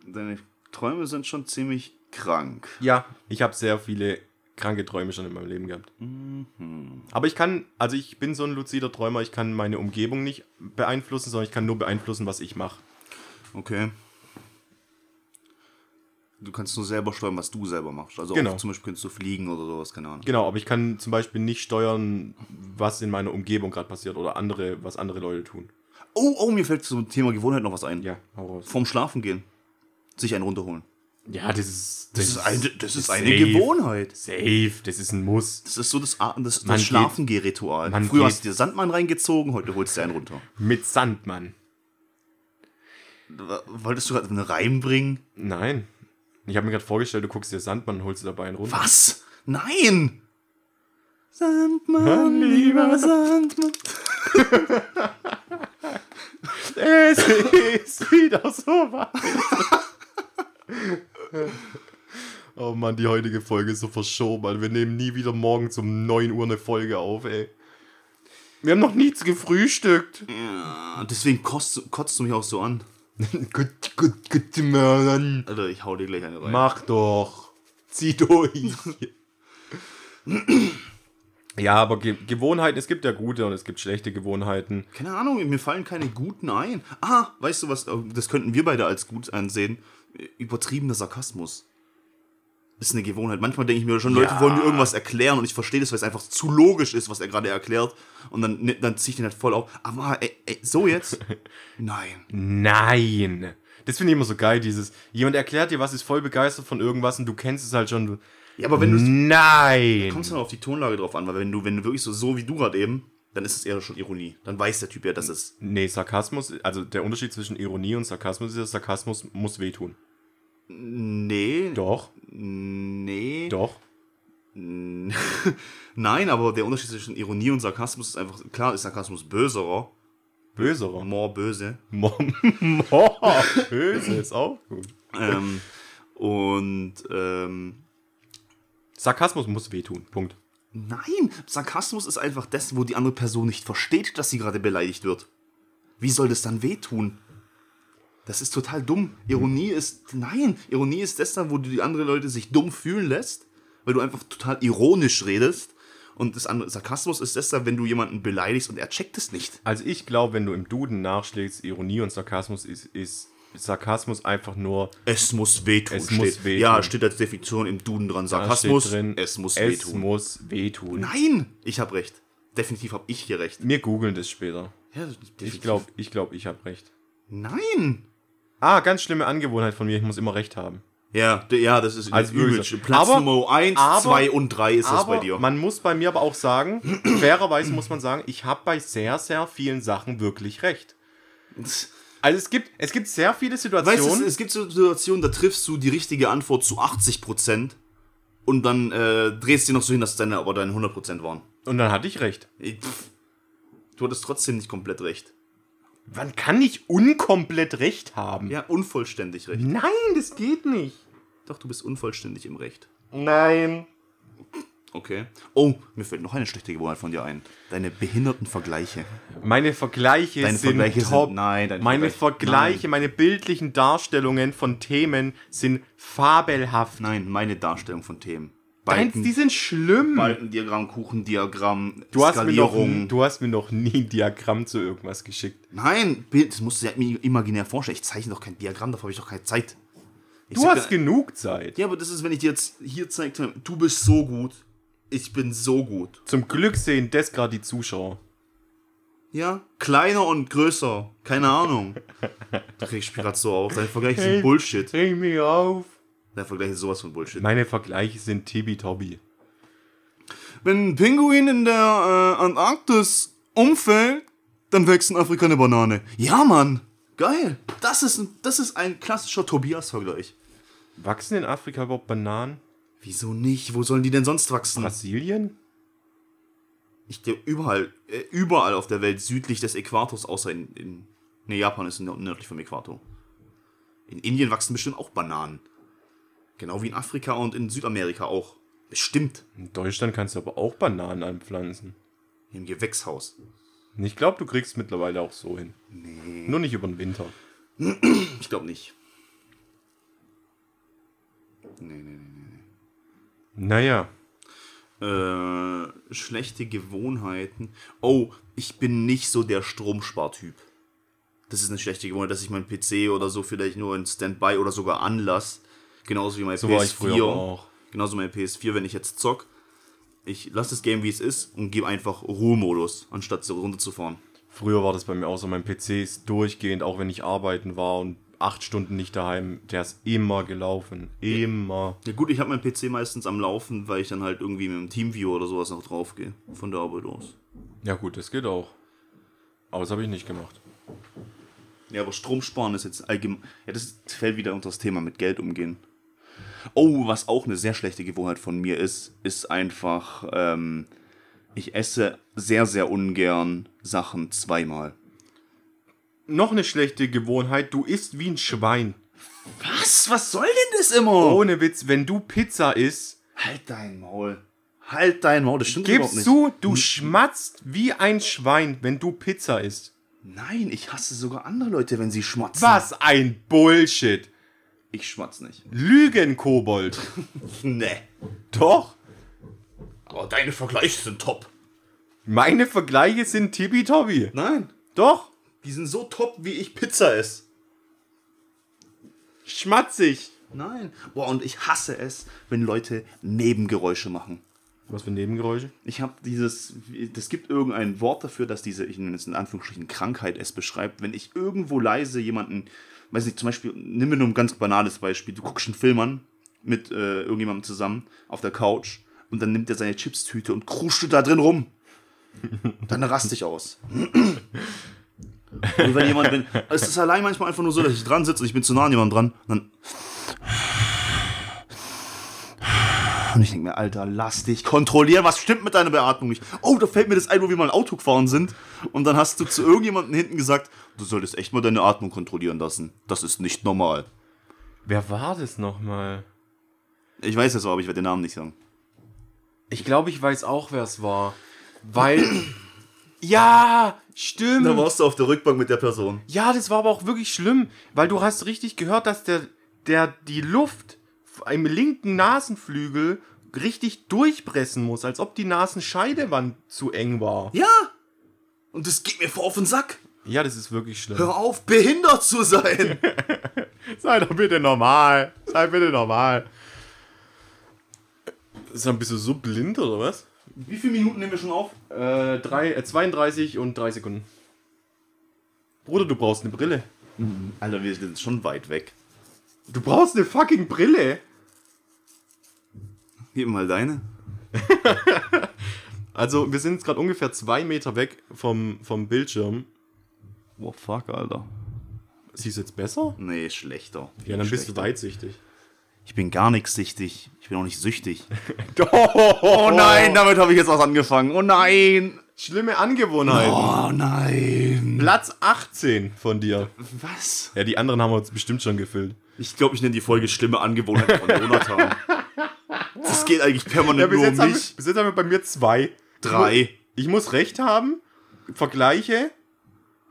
Speaker 2: deine Träume sind schon ziemlich krank.
Speaker 1: Ja. Ich habe sehr viele kranke Träume schon in meinem Leben gehabt.
Speaker 2: Mhm.
Speaker 1: Aber ich kann, also ich bin so ein luzider Träumer, ich kann meine Umgebung nicht beeinflussen, sondern ich kann nur beeinflussen, was ich mache.
Speaker 2: Okay. Du kannst nur selber steuern, was du selber machst. Also
Speaker 1: Genau.
Speaker 2: auch zum Beispiel kannst du fliegen oder sowas, keine Ahnung.
Speaker 1: Genau, aber ich kann zum Beispiel nicht steuern, was in meiner Umgebung gerade passiert oder andere, was andere Leute tun.
Speaker 2: Oh, oh, mir fällt zum Thema Gewohnheit noch was ein.
Speaker 1: Ja, hau raus.
Speaker 2: Vorm Schlafen gehen. Sich einen runterholen.
Speaker 1: Ja, das ist.
Speaker 2: Das, ist, eine, das ist eine
Speaker 1: safe.
Speaker 2: Gewohnheit.
Speaker 1: Safe, das ist ein Muss.
Speaker 2: Das ist so das, A- das,
Speaker 1: Man
Speaker 2: das Schlafengeh-Ritual.
Speaker 1: man
Speaker 2: Früher
Speaker 1: geht-
Speaker 2: hast du dir Sandmann reingezogen, heute holst du dir einen runter.
Speaker 1: Mit Sandmann.
Speaker 2: W- Wolltest du gerade einen Reim bringen?
Speaker 1: Nein. Ich habe mir gerade vorgestellt, du guckst dir Sandmann und holst dir dabei einen runter.
Speaker 2: Was? Nein! Sandmann, lieber Sandmann.
Speaker 1: (laughs) Es ist wieder so was. (laughs) oh Mann, die heutige Folge ist so verschoben, Alter. Wir nehmen nie wieder morgen um 9 Uhr eine Folge auf, ey. Wir haben noch nichts gefrühstückt.
Speaker 2: Ja, Ah, deswegen kotzt, kotzt du mich auch so an.
Speaker 1: (laughs) gut, gut, gut, Mann.
Speaker 2: Alter, ich hau dir gleich eine rein.
Speaker 1: Mach doch. Zieh (laughs) durch. ja, aber Ge Gewohnheiten, es gibt ja gute und es gibt schlechte Gewohnheiten.
Speaker 2: Keine Ahnung, mir fallen keine guten ein. Ah, weißt du was, das könnten wir beide als gut ansehen. Übertriebener Sarkasmus. Ist eine Gewohnheit. Manchmal denke ich mir schon, Leute
Speaker 1: Ja.
Speaker 2: wollen mir irgendwas erklären und ich verstehe das, weil es einfach zu logisch ist, was er gerade erklärt. Und dann, ne- dann ziehe ich den halt voll auf. Aber ey, ey, so
Speaker 1: (laughs)
Speaker 2: jetzt? Nein.
Speaker 1: Nein. Das finde ich immer so geil, dieses. Jemand erklärt dir was, ist voll begeistert von irgendwas und du kennst es halt schon.
Speaker 2: Ja, aber wenn du es
Speaker 1: Nein.
Speaker 2: kommt es dann auf die Tonlage drauf an, weil wenn du, wenn du wirklich so, so wie du gerade eben, dann ist es eher schon Ironie. Dann weiß der Typ ja, dass es.
Speaker 1: Nee, Sarkasmus, also der Unterschied zwischen Ironie und Sarkasmus ist, dass Sarkasmus muss wehtun.
Speaker 2: Nee.
Speaker 1: Doch,
Speaker 2: Nee.
Speaker 1: doch.
Speaker 2: Nein, aber der Unterschied zwischen Ironie und Sarkasmus ist einfach, klar ist Sarkasmus böserer,
Speaker 1: Böserer.
Speaker 2: more böse.
Speaker 1: (laughs) Mo- Mo- Böse ist auch gut.
Speaker 2: Ähm, und ähm,
Speaker 1: Sarkasmus muss wehtun, Punkt.
Speaker 2: nein, Sarkasmus ist einfach das, wo die andere Person nicht versteht, dass sie gerade beleidigt wird. Wie soll das dann wehtun? Das ist total dumm. Ironie ist, nein, Ironie ist das dann, wo du die anderen Leute sich dumm fühlen lässt, weil du einfach total ironisch redest. Und das andere, Sarkasmus ist das dann, wenn du jemanden beleidigst und er checkt es nicht.
Speaker 1: Also ich glaube, wenn du im Duden nachschlägst, Ironie und Sarkasmus ist, ist Sarkasmus einfach nur
Speaker 2: Es muss wehtun.
Speaker 1: Es
Speaker 2: steht.
Speaker 1: muss wehtun.
Speaker 2: Ja, steht als Definition im Duden dran.
Speaker 1: da
Speaker 2: Sarkasmus.
Speaker 1: steht drin,
Speaker 2: es muss
Speaker 1: es
Speaker 2: wehtun.
Speaker 1: muss wehtun.
Speaker 2: Nein, ich habe recht. Definitiv habe ich hier recht.
Speaker 1: Wir googeln das später.
Speaker 2: Ja, definitiv.
Speaker 1: Ich glaube, ich, glaub, ich habe recht.
Speaker 2: Nein.
Speaker 1: Ah, ganz schlimme Angewohnheit von mir, ich muss immer recht haben.
Speaker 2: Ja, d- ja, das ist
Speaker 1: Also
Speaker 2: also übel.
Speaker 1: wirklich.
Speaker 2: Platz
Speaker 1: Aber-
Speaker 2: Nummer 1,
Speaker 1: aber-
Speaker 2: 2 und 3 ist das
Speaker 1: aber
Speaker 2: bei dir.
Speaker 1: man muss bei mir aber auch sagen, (clears throat) fairerweise muss man sagen, ich habe bei sehr, sehr vielen Sachen wirklich recht. Also es gibt, es gibt sehr viele
Speaker 2: Weißt
Speaker 1: Situationen.
Speaker 2: du, es gibt so Situationen, da triffst du die richtige Antwort zu 80% und dann äh, drehst du dir noch so hin, dass deine aber deine 100% waren.
Speaker 1: und dann hatte ich recht.
Speaker 2: Ich- pff. Du hattest trotzdem nicht komplett recht.
Speaker 1: Man kann nicht unkomplett recht haben.
Speaker 2: Ja, unvollständig recht.
Speaker 1: Nein, das geht nicht.
Speaker 2: Doch, du bist unvollständig im Recht.
Speaker 1: Nein.
Speaker 2: Okay. Oh, mir fällt noch eine schlechte Gewohnheit von dir ein. Deine behinderten Vergleiche.
Speaker 1: Meine Vergleiche
Speaker 2: Deine
Speaker 1: sind
Speaker 2: Vergleiche sind-
Speaker 1: top.
Speaker 2: nein, deine
Speaker 1: meine
Speaker 2: Vergleiche-
Speaker 1: Vergleiche, meine bildlichen Darstellungen von Themen sind fabelhaft.
Speaker 2: Nein, meine Darstellung von Themen.
Speaker 1: Deins,
Speaker 2: Balken,
Speaker 1: die sind schlimm.
Speaker 2: Balkendiagramm, Kuchendiagramm,
Speaker 1: Du hast, mir noch, du hast mir noch nie ein Diagramm zu irgendwas geschickt.
Speaker 2: Nein, Bild, das musst du ja mir imaginär vorstellen. Ich zeichne doch kein Diagramm, dafür habe ich doch keine Zeit. Ich
Speaker 1: Du
Speaker 2: sag
Speaker 1: hast
Speaker 2: dir-
Speaker 1: genug Zeit.
Speaker 2: Ja, aber das ist, wenn ich dir jetzt hier zeige, du bist so gut, ich bin so gut.
Speaker 1: Zum Glück sehen das gerade die Zuschauer.
Speaker 2: Ja? Kleiner und größer. Keine Ahnung. Da krieg ich mich grad so auf. Deine Vergleiche
Speaker 1: Hey.
Speaker 2: sind Bullshit.
Speaker 1: Dreh mich auf.
Speaker 2: Deine Vergleiche sind sowas von Bullshit.
Speaker 1: Meine Vergleiche sind Tibi-Tobi.
Speaker 2: Wenn ein Pinguin in der äh, Antarktis umfällt, dann wächst in Afrika eine Banane. Ja, Mann. Geil. Das ist ein, das ist ein klassischer Tobias-Vergleich.
Speaker 1: Wachsen in Afrika überhaupt Bananen?
Speaker 2: Wieso nicht? Wo sollen die denn sonst wachsen?
Speaker 1: Brasilien?
Speaker 2: Ich glaube, überall, äh, überall auf der Welt südlich des Äquators, außer in, in ne, Japan ist nörd- nördlich vom Äquator. In Indien wachsen bestimmt auch Bananen. Genau wie in Afrika und in Südamerika auch. Bestimmt.
Speaker 1: In Deutschland kannst du aber auch Bananen anpflanzen.
Speaker 2: Im Gewächshaus.
Speaker 1: Und ich glaube, du kriegst es mittlerweile auch so hin. Nee. Nur nicht über den Winter.
Speaker 2: Ich glaube nicht. Nee, nee, nee.
Speaker 1: Naja.
Speaker 2: Äh, schlechte Gewohnheiten. Oh, ich bin nicht so der Stromspartyp. Das ist eine schlechte Gewohnheit, dass ich meinen PC oder so vielleicht nur in Standby oder sogar anlass. Genauso wie mein
Speaker 1: So war ich früher
Speaker 2: PS4.
Speaker 1: aber auch.
Speaker 2: Genauso mein PS4, wenn ich jetzt zock. Ich lasse das Game wie es ist und gebe einfach Ruhemodus, anstatt so runterzufahren.
Speaker 1: Früher war das bei mir auch so. Mein PC ist durchgehend, auch wenn ich arbeiten war und acht Stunden nicht daheim. Der ist immer gelaufen. Immer.
Speaker 2: Ja gut, ich habe meinen PC meistens am Laufen, weil ich dann halt irgendwie mit dem Teamviewer oder sowas noch draufgehe. Von der Arbeit aus.
Speaker 1: Ja gut, das geht auch. Aber das habe ich nicht gemacht.
Speaker 2: Ja, aber Strom sparen ist jetzt allgemein. Ja, das fällt wieder unter das Thema mit Geld umgehen. Oh, was auch eine sehr schlechte Gewohnheit von mir ist, ist einfach, ähm, ich esse sehr, sehr ungern Sachen zweimal.
Speaker 1: Noch eine schlechte Gewohnheit, du isst wie ein Schwein.
Speaker 2: Was? Was soll denn das immer?
Speaker 1: Ohne Witz, wenn du Pizza isst,
Speaker 2: Oh, Halt dein Maul. Halt dein Maul, das stimmt überhaupt
Speaker 1: gibst
Speaker 2: nicht.
Speaker 1: du, du schmatzt wie ein Schwein, wenn du Pizza isst.
Speaker 2: Nein, ich hasse sogar andere Leute, wenn sie schmatzen.
Speaker 1: Was ein Bullshit.
Speaker 2: Ich schmatz nicht.
Speaker 1: (laughs) Lügenkobold.
Speaker 2: Nee.
Speaker 1: Doch.
Speaker 2: Aber deine Vergleiche sind top.
Speaker 1: Meine Vergleiche sind tippitoppi.
Speaker 2: Nein.
Speaker 1: Doch.
Speaker 2: Die sind so top, wie ich Pizza esse.
Speaker 1: Schmatzig.
Speaker 2: Nein. Boah, und ich hasse es, wenn Leute Nebengeräusche machen.
Speaker 1: Was für Nebengeräusche?
Speaker 2: Ich habe dieses, es gibt irgendein Wort dafür, dass diese, ich nenne es in Anführungsstrichen Krankheit es beschreibt, wenn ich irgendwo leise jemanden, weiß nicht, zum Beispiel, nimm mir nur ein ganz banales Beispiel, du guckst einen Film an mit äh, irgendjemandem zusammen auf der Couch und dann nimmt er seine Chipstüte und kruscht da drin rum. Dann raste ich aus. Und wenn jemand, wenn, es ist allein manchmal einfach nur so, dass ich dran sitze und ich bin zu nah an jemandem dran und dann. Und ich denke mir, Alter, lass dich kontrollieren, was stimmt mit deiner Beatmung nicht? Oh, da fällt mir das ein, wo wir mal ein Auto gefahren sind. Und dann hast du zu irgendjemandem hinten gesagt, du solltest echt mal deine Atmung kontrollieren lassen. Das ist nicht normal.
Speaker 1: Wer war das nochmal?
Speaker 2: Ich weiß das aber, aber ich werde den Namen nicht sagen.
Speaker 1: Ich glaube, ich weiß auch, wer es war. (coughs) Weil. ja, stimmt.
Speaker 2: warst du auf der Rückbank mit der Person.
Speaker 1: Ja, das war aber auch wirklich schlimm, weil du hast richtig gehört, dass der, der die Luft im linken Nasenflügel richtig durchpressen muss, als ob die Nasenscheidewand zu eng war.
Speaker 2: Ja! Und das geht mir vor auf den Sack.
Speaker 1: Ja, das ist wirklich schlimm.
Speaker 2: Hör auf, behindert zu (laughs) sein.
Speaker 1: Sei doch bitte normal. Sei bitte normal. Dann bist du so blind, oder was?
Speaker 2: Wie viele Minuten nehmen wir schon auf?
Speaker 1: Äh, drei, äh 32 und 3 Sekunden. Bruder, du brauchst eine Brille.
Speaker 2: Alter, wir sind schon weit weg.
Speaker 1: Du brauchst eine fucking Brille.
Speaker 2: Gib mal deine.
Speaker 1: Also, wir sind jetzt gerade ungefähr zwei Meter weg vom, vom Bildschirm.
Speaker 2: Oh, fuck, Alter.
Speaker 1: Siehst du jetzt besser?
Speaker 2: Nee, schlechter.
Speaker 1: Ja, dann bist
Speaker 2: Schlechter.
Speaker 1: du weitsichtig.
Speaker 2: Ich bin gar nichts sichtig. Ich bin auch nicht süchtig.
Speaker 1: Oh
Speaker 2: Oh nein, damit habe ich jetzt was angefangen. Oh nein.
Speaker 1: Schlimme Angewohnheiten.
Speaker 2: Oh nein.
Speaker 1: Platz 18 von dir.
Speaker 2: Was?
Speaker 1: Ja, die anderen haben wir uns bestimmt schon gefüllt.
Speaker 2: Ich glaube, ich nenne die Folge schlimme Angewohnheit von Jonathan. (laughs) Das geht eigentlich permanent
Speaker 1: bis,
Speaker 2: nur um
Speaker 1: jetzt haben wir,
Speaker 2: mich.
Speaker 1: bis jetzt haben wir bei mir zwei.
Speaker 2: Drei.
Speaker 1: Ich muss recht haben. Vergleiche.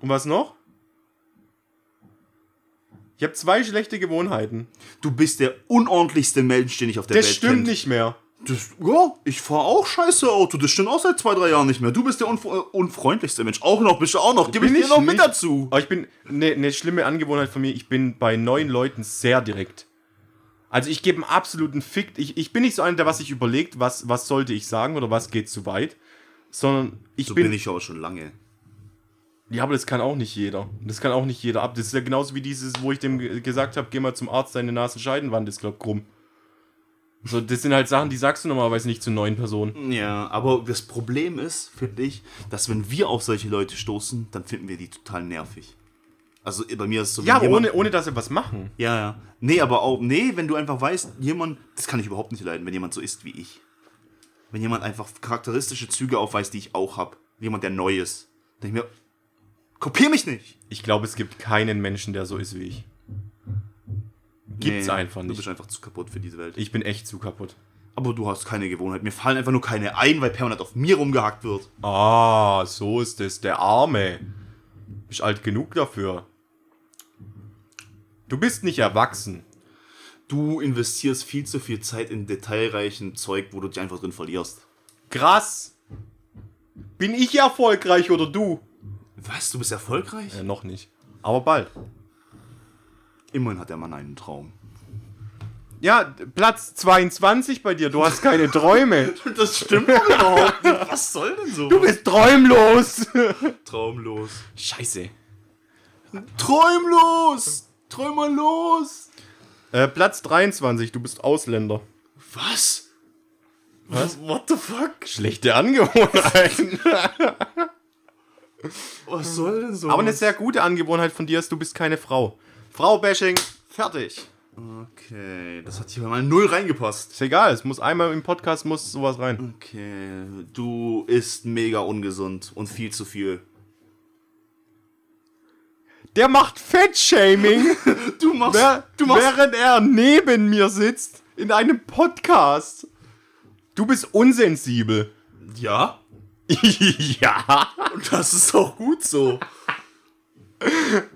Speaker 1: Und was noch? Ich habe zwei schlechte Gewohnheiten.
Speaker 2: Du bist der unordentlichste Mensch, den ich auf der
Speaker 1: Das
Speaker 2: Welt
Speaker 1: stimmt
Speaker 2: kenn.
Speaker 1: nicht mehr.
Speaker 2: Das, ja, ich fahre auch scheiße Auto. Das stimmt auch seit zwei, drei Jahren nicht mehr. Du bist der unfre äh, unfreundlichste Mensch. Auch noch, bist du auch noch. Gib ich
Speaker 1: Bin
Speaker 2: dir
Speaker 1: ich
Speaker 2: noch mit
Speaker 1: nicht?
Speaker 2: dazu.
Speaker 1: Aber ich bin, eine ne schlimme Angewohnheit von mir, ich bin bei neuen Leuten sehr direkt. Also ich gebe einen absoluten Fick. Ich, ich bin nicht so einer, der was sich überlegt, was, was sollte ich sagen oder was geht zu weit. Sondern ich
Speaker 2: So
Speaker 1: bin,
Speaker 2: bin ich aber schon lange.
Speaker 1: Ja, aber das kann auch nicht jeder. Das kann auch nicht jeder ab. Das ist ja genauso wie dieses, wo ich dem ge- gesagt habe, geh mal zum Arzt, deine Nasenscheidenwand ist, glaub, krumm. So, das sind halt Sachen, die sagst du normalerweise nicht zu neuen Personen.
Speaker 2: Ja, aber das Problem ist, finde ich, dass wenn wir auf solche Leute stoßen, dann finden wir die total nervig. Also bei mir ist es so, wenn
Speaker 1: Ja, aber
Speaker 2: jemand-
Speaker 1: ohne, ohne dass sie was machen.
Speaker 2: Ja, ja. Nee, aber auch, nee, wenn du einfach weißt, jemand, das kann ich überhaupt nicht leiden, wenn jemand so ist wie ich. Wenn jemand einfach charakteristische Züge aufweist, die ich auch habe. Jemand, der neu ist. Dann denk ich mir, kopier mich nicht.
Speaker 1: Ich glaube, es gibt keinen Menschen, der so ist wie ich. Gibt's
Speaker 2: Nee,
Speaker 1: einfach
Speaker 2: Du
Speaker 1: nicht.
Speaker 2: bist einfach zu kaputt für diese Welt.
Speaker 1: Ich bin echt zu kaputt.
Speaker 2: aber du hast keine Gewohnheit. Mir fallen einfach nur keine ein, weil permanent auf mir rumgehackt wird.
Speaker 1: Ah, so ist es, der Arme. Bist alt genug dafür. Du bist nicht erwachsen.
Speaker 2: Du investierst viel zu viel Zeit in detailreichen Zeug, wo du dich einfach drin verlierst.
Speaker 1: Krass. Bin ich erfolgreich oder du?
Speaker 2: Was? Du bist erfolgreich?
Speaker 1: Äh, noch nicht. Aber bald.
Speaker 2: Immerhin hat der Mann einen Traum.
Speaker 1: Ja, d- Platz 22 bei dir. Du hast keine Träume.
Speaker 2: (laughs) Das stimmt doch überhaupt nicht. Was soll denn so?
Speaker 1: (laughs) Du bist träumlos.
Speaker 2: traumlos.
Speaker 1: (laughs) Scheiße.
Speaker 2: Träumlos! Träumerlos!
Speaker 1: Äh, Platz 23. Du bist Ausländer.
Speaker 2: Was? Was? What the fuck?
Speaker 1: Schlechte Angewohnheiten. (laughs)
Speaker 2: Was soll denn so?
Speaker 1: Aber eine sehr gute Angewohnheit von dir ist, du bist keine Frau. Frau-Bashing. Fertig.
Speaker 2: Okay, das hat hier mal null reingepasst.
Speaker 1: Ist egal. Es muss einmal im Podcast muss sowas rein.
Speaker 2: Okay, du isst mega ungesund und viel zu viel.
Speaker 1: der macht (laughs) Fettshaming,
Speaker 2: Du machst.
Speaker 1: wer-
Speaker 2: du machst
Speaker 1: während er neben mir sitzt in einem Podcast. Du bist unsensibel.
Speaker 2: ja.
Speaker 1: (laughs) ja.
Speaker 2: Und das ist auch gut so.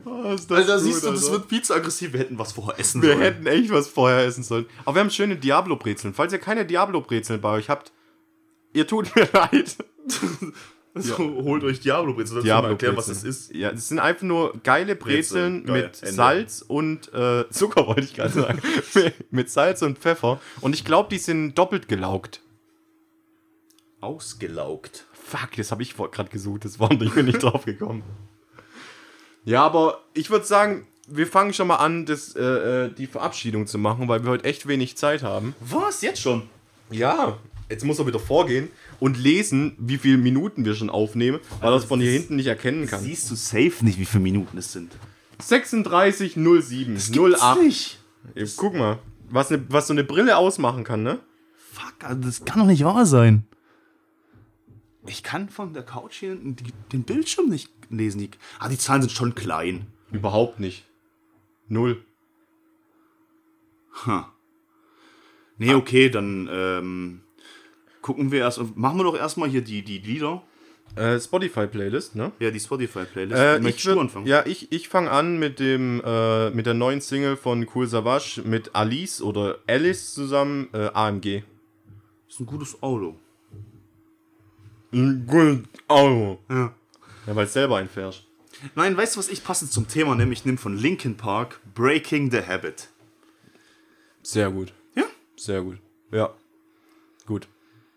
Speaker 1: Was ist
Speaker 2: Alter,
Speaker 1: gut,
Speaker 2: siehst du, das
Speaker 1: Alter.
Speaker 2: wird viel zu aggressiv. also. Wir hätten was vorher essen
Speaker 1: Wir
Speaker 2: sollen.
Speaker 1: hätten echt was vorher essen sollen. Aber wir haben schöne Diablo-Brezeln. Falls ihr keine Diablo-Brezeln bei euch habt, ihr tut mir (laughs) leid.
Speaker 2: So, holt euch Diablo-Brezel. Diablo mal erklären, was das ist.
Speaker 1: Ja, das sind einfach nur geile Brezeln
Speaker 2: Brezeln, geil,
Speaker 1: mit
Speaker 2: Ende.
Speaker 1: Salz und äh, (laughs) Zucker, wollte ich gerade
Speaker 2: (laughs)
Speaker 1: sagen. (laughs) mit Salz und Pfeffer. Und ich glaube, die sind doppelt gelaugt.
Speaker 2: Ausgelaugt.
Speaker 1: Fuck, das habe ich gerade gesucht, das Wort, ich bin (laughs) nicht drauf gekommen. Ja, aber ich würde sagen, wir fangen schon mal an, das, äh, äh, die Verabschiedung zu machen, weil wir heute echt wenig Zeit haben.
Speaker 2: Was? Jetzt schon?
Speaker 1: Ja, jetzt muss er wieder vorgehen und lesen, wie viele Minuten wir schon aufnehmen, weil er es von hier hinten nicht erkennen kann.
Speaker 2: Siehst du safe nicht, wie viele Minuten es sind?
Speaker 1: 36, 07, 08.
Speaker 2: nicht.
Speaker 1: Eben, Guck mal, was, ne, was so eine Brille ausmachen kann, ne?
Speaker 2: Fuck, also das kann doch nicht wahr sein. Ich kann von der Couch hier hinten die, den Bildschirm nicht lesen. Die, ah, die Zahlen sind schon klein.
Speaker 1: Überhaupt nicht. Null.
Speaker 2: Nee, okay, dann ähm, gucken wir erst. Machen wir doch erstmal hier die, die Lieder.
Speaker 1: Äh, Spotify-Playlist, ne?
Speaker 2: Ja, die Spotify-Playlist.
Speaker 1: Äh,
Speaker 2: Möchtest
Speaker 1: ich
Speaker 2: du
Speaker 1: würd,
Speaker 2: anfangen?
Speaker 1: ja, ich, ich fange an mit, dem, äh, mit der neuen Single von Cool Savage mit Alice oder Alice zusammen, äh, AMG.
Speaker 2: Ist ein gutes Auto.
Speaker 1: Gut, oh.
Speaker 2: Ja.
Speaker 1: Ja, weil selber einfährst.
Speaker 2: Nein, weißt du, was ich passend zum Thema nehme? Ich nehme von Linkin Park Breaking the Habit.
Speaker 1: Sehr gut.
Speaker 2: Ja?
Speaker 1: Sehr gut. Ja. Gut.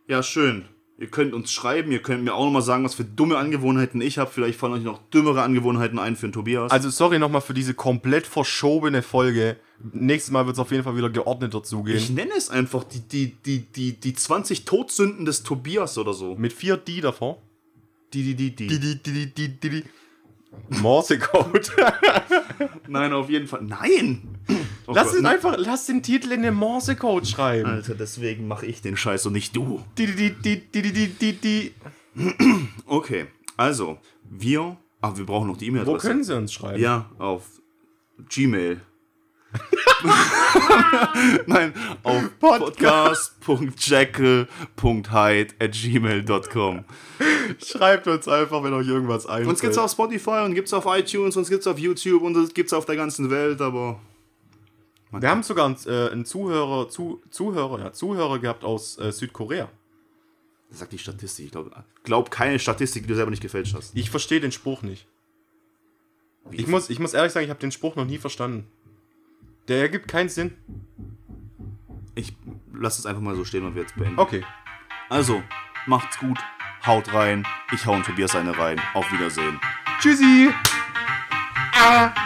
Speaker 2: Ja, schön. Ihr könnt uns schreiben, ihr könnt mir auch nochmal sagen, was für dumme Angewohnheiten ich habe. Vielleicht fallen euch noch dümmere Angewohnheiten ein für den Tobias.
Speaker 1: Also sorry nochmal für diese komplett verschobene Folge. Nächstes Mal wird es auf jeden Fall wieder geordneter zugehen.
Speaker 2: ich nenne es einfach die, die, die, die, die 20 Todsünden des Tobias oder so.
Speaker 1: Mit vier D davor.
Speaker 2: Die, die, die, die.
Speaker 1: di, di, di, di, di, di.
Speaker 2: (laughs)
Speaker 1: Morsecode.
Speaker 2: Nein, auf jeden Fall. Nein! Oh
Speaker 1: lass
Speaker 2: Gott,
Speaker 1: ihn
Speaker 2: ne-
Speaker 1: einfach, lass den Titel in den Morsecode schreiben.
Speaker 2: Alter, deswegen mache ich den Scheiß und nicht du.
Speaker 1: Di, di, di, di, di, di, di, di.
Speaker 2: Okay, also, wir. Ach, wir brauchen noch die
Speaker 1: Wo
Speaker 2: E-Mail-Adresse.
Speaker 1: können sie uns schreiben?
Speaker 2: Ja, auf (laughs) Gmail. Nein, auf podcast.jackal.hyde at gmail.com.
Speaker 1: Schreibt uns einfach, wenn euch irgendwas einfällt.
Speaker 2: Uns gibt's auf Spotify und gibt's auf iTunes, uns gibt's auf YouTube und uns gibt's auf der ganzen Welt, aber
Speaker 1: Wir haben sogar einen, äh, einen Zuhörer, zu, Zuhörer, ja, Zuhörer gehabt aus äh, Südkorea.
Speaker 2: das sagt die Statistik. Ich glaub, glaub keine Statistik, die du selber nicht gefälscht hast.
Speaker 1: Ich verstehe den Spruch nicht.
Speaker 2: Wie?
Speaker 1: Ich muss, ich muss ehrlich sagen, ich habe den Spruch noch nie verstanden. Der ergibt keinen Sinn.
Speaker 2: Ich lass es einfach mal so stehen und wir jetzt beenden.
Speaker 1: Okay.
Speaker 2: Also, macht's gut, haut rein. Ich hau und Tobias eine rein. Auf Wiedersehen.
Speaker 1: Tschüssi! Ah.